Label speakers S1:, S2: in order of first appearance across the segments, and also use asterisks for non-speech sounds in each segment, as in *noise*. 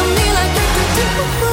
S1: on me like do, do, do, do.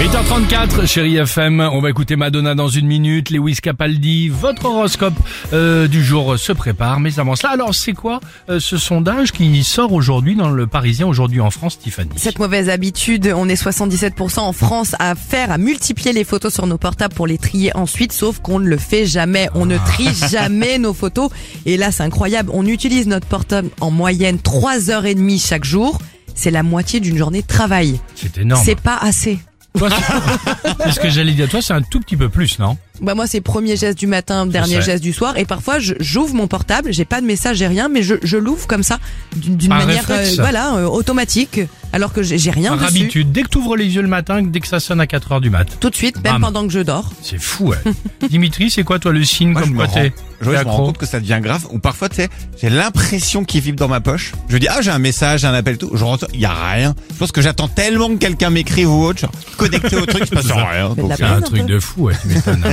S2: 8h34, chérie FM, on va écouter Madonna dans une minute, Lewis Capaldi, votre horoscope euh, du jour se prépare, mais avant cela, alors c'est quoi euh, ce sondage qui sort aujourd'hui dans le Parisien, aujourd'hui en France, Tiffany
S3: Cette mauvaise habitude, on est 77% en France à faire, à multiplier les photos sur nos portables pour les trier ensuite, sauf qu'on ne le fait jamais. On ne
S2: Ah.
S3: trie jamais nos photos. Et là, c'est incroyable. On utilise notre portable en moyenne 3h30 chaque jour. C'est la moitié d'une journée de travail.
S2: C'est énorme.
S3: C'est pas assez.
S2: Toi, c'est- *laughs* c'est ce que j'allais dire, toi c'est un tout petit peu plus, non
S3: Bah moi c'est premier geste du matin, dernier
S2: sais.
S3: geste du soir et parfois je- j'ouvre mon portable, j'ai pas de message, j'ai rien mais je, je l'ouvre comme ça d'une d'une
S2: Par
S3: manière
S2: réflexe.
S3: voilà euh, automatique alors que j'ai j'ai rien
S2: Par
S3: dessus.
S2: habitude, dès que t'ouvres les yeux le matin, dès que ça sonne à 4h du mat.
S3: Tout de suite même
S2: Bam.
S3: pendant que je dors.
S2: C'est fou, ouais. *laughs* Dimitri, c'est quoi toi le signe
S4: Moi, je
S2: comme
S4: me
S2: quoi
S4: rends-
S2: t'es
S4: Je
S2: t'es
S4: me rends
S2: accro
S4: compte que ça devient grave. Ou parfois, tu sais, j'ai l'impression qu'il vibre dans ma poche. Je dis, ah, j'ai un message, un appel, tout. Je rentre, il y a rien. Je pense que j'attends tellement que quelqu'un m'écrive ou autre. Genre, connecté au truc, il se passe rien.
S3: Mais
S4: Donc, euh,
S3: la
S2: C'est un
S3: peine, hein,
S2: truc
S3: peu.
S2: de fou, ouais, tu
S4: *laughs*
S2: m'étonnes.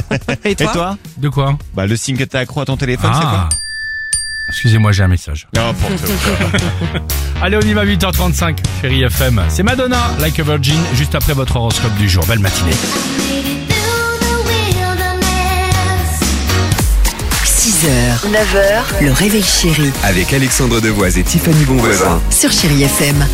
S3: Et
S4: Et
S3: toi,
S4: toi
S2: De quoi
S4: Bah, le signe que t'as accro à ton téléphone,
S2: Ah Excusez-moi, j'ai un message.
S4: c'est quoi Oh,
S3: *laughs*
S4: pour te-
S2: Allez, on y va 8h35, chérie FM. C'est Madonna, Like a Virgin, juste après votre horoscope du jour. Belle matinée.
S5: 6h, 9h, le réveil chéri
S6: Avec Alexandre Devoise et Tiffany Bonvoisin.
S5: sur Chérie FM.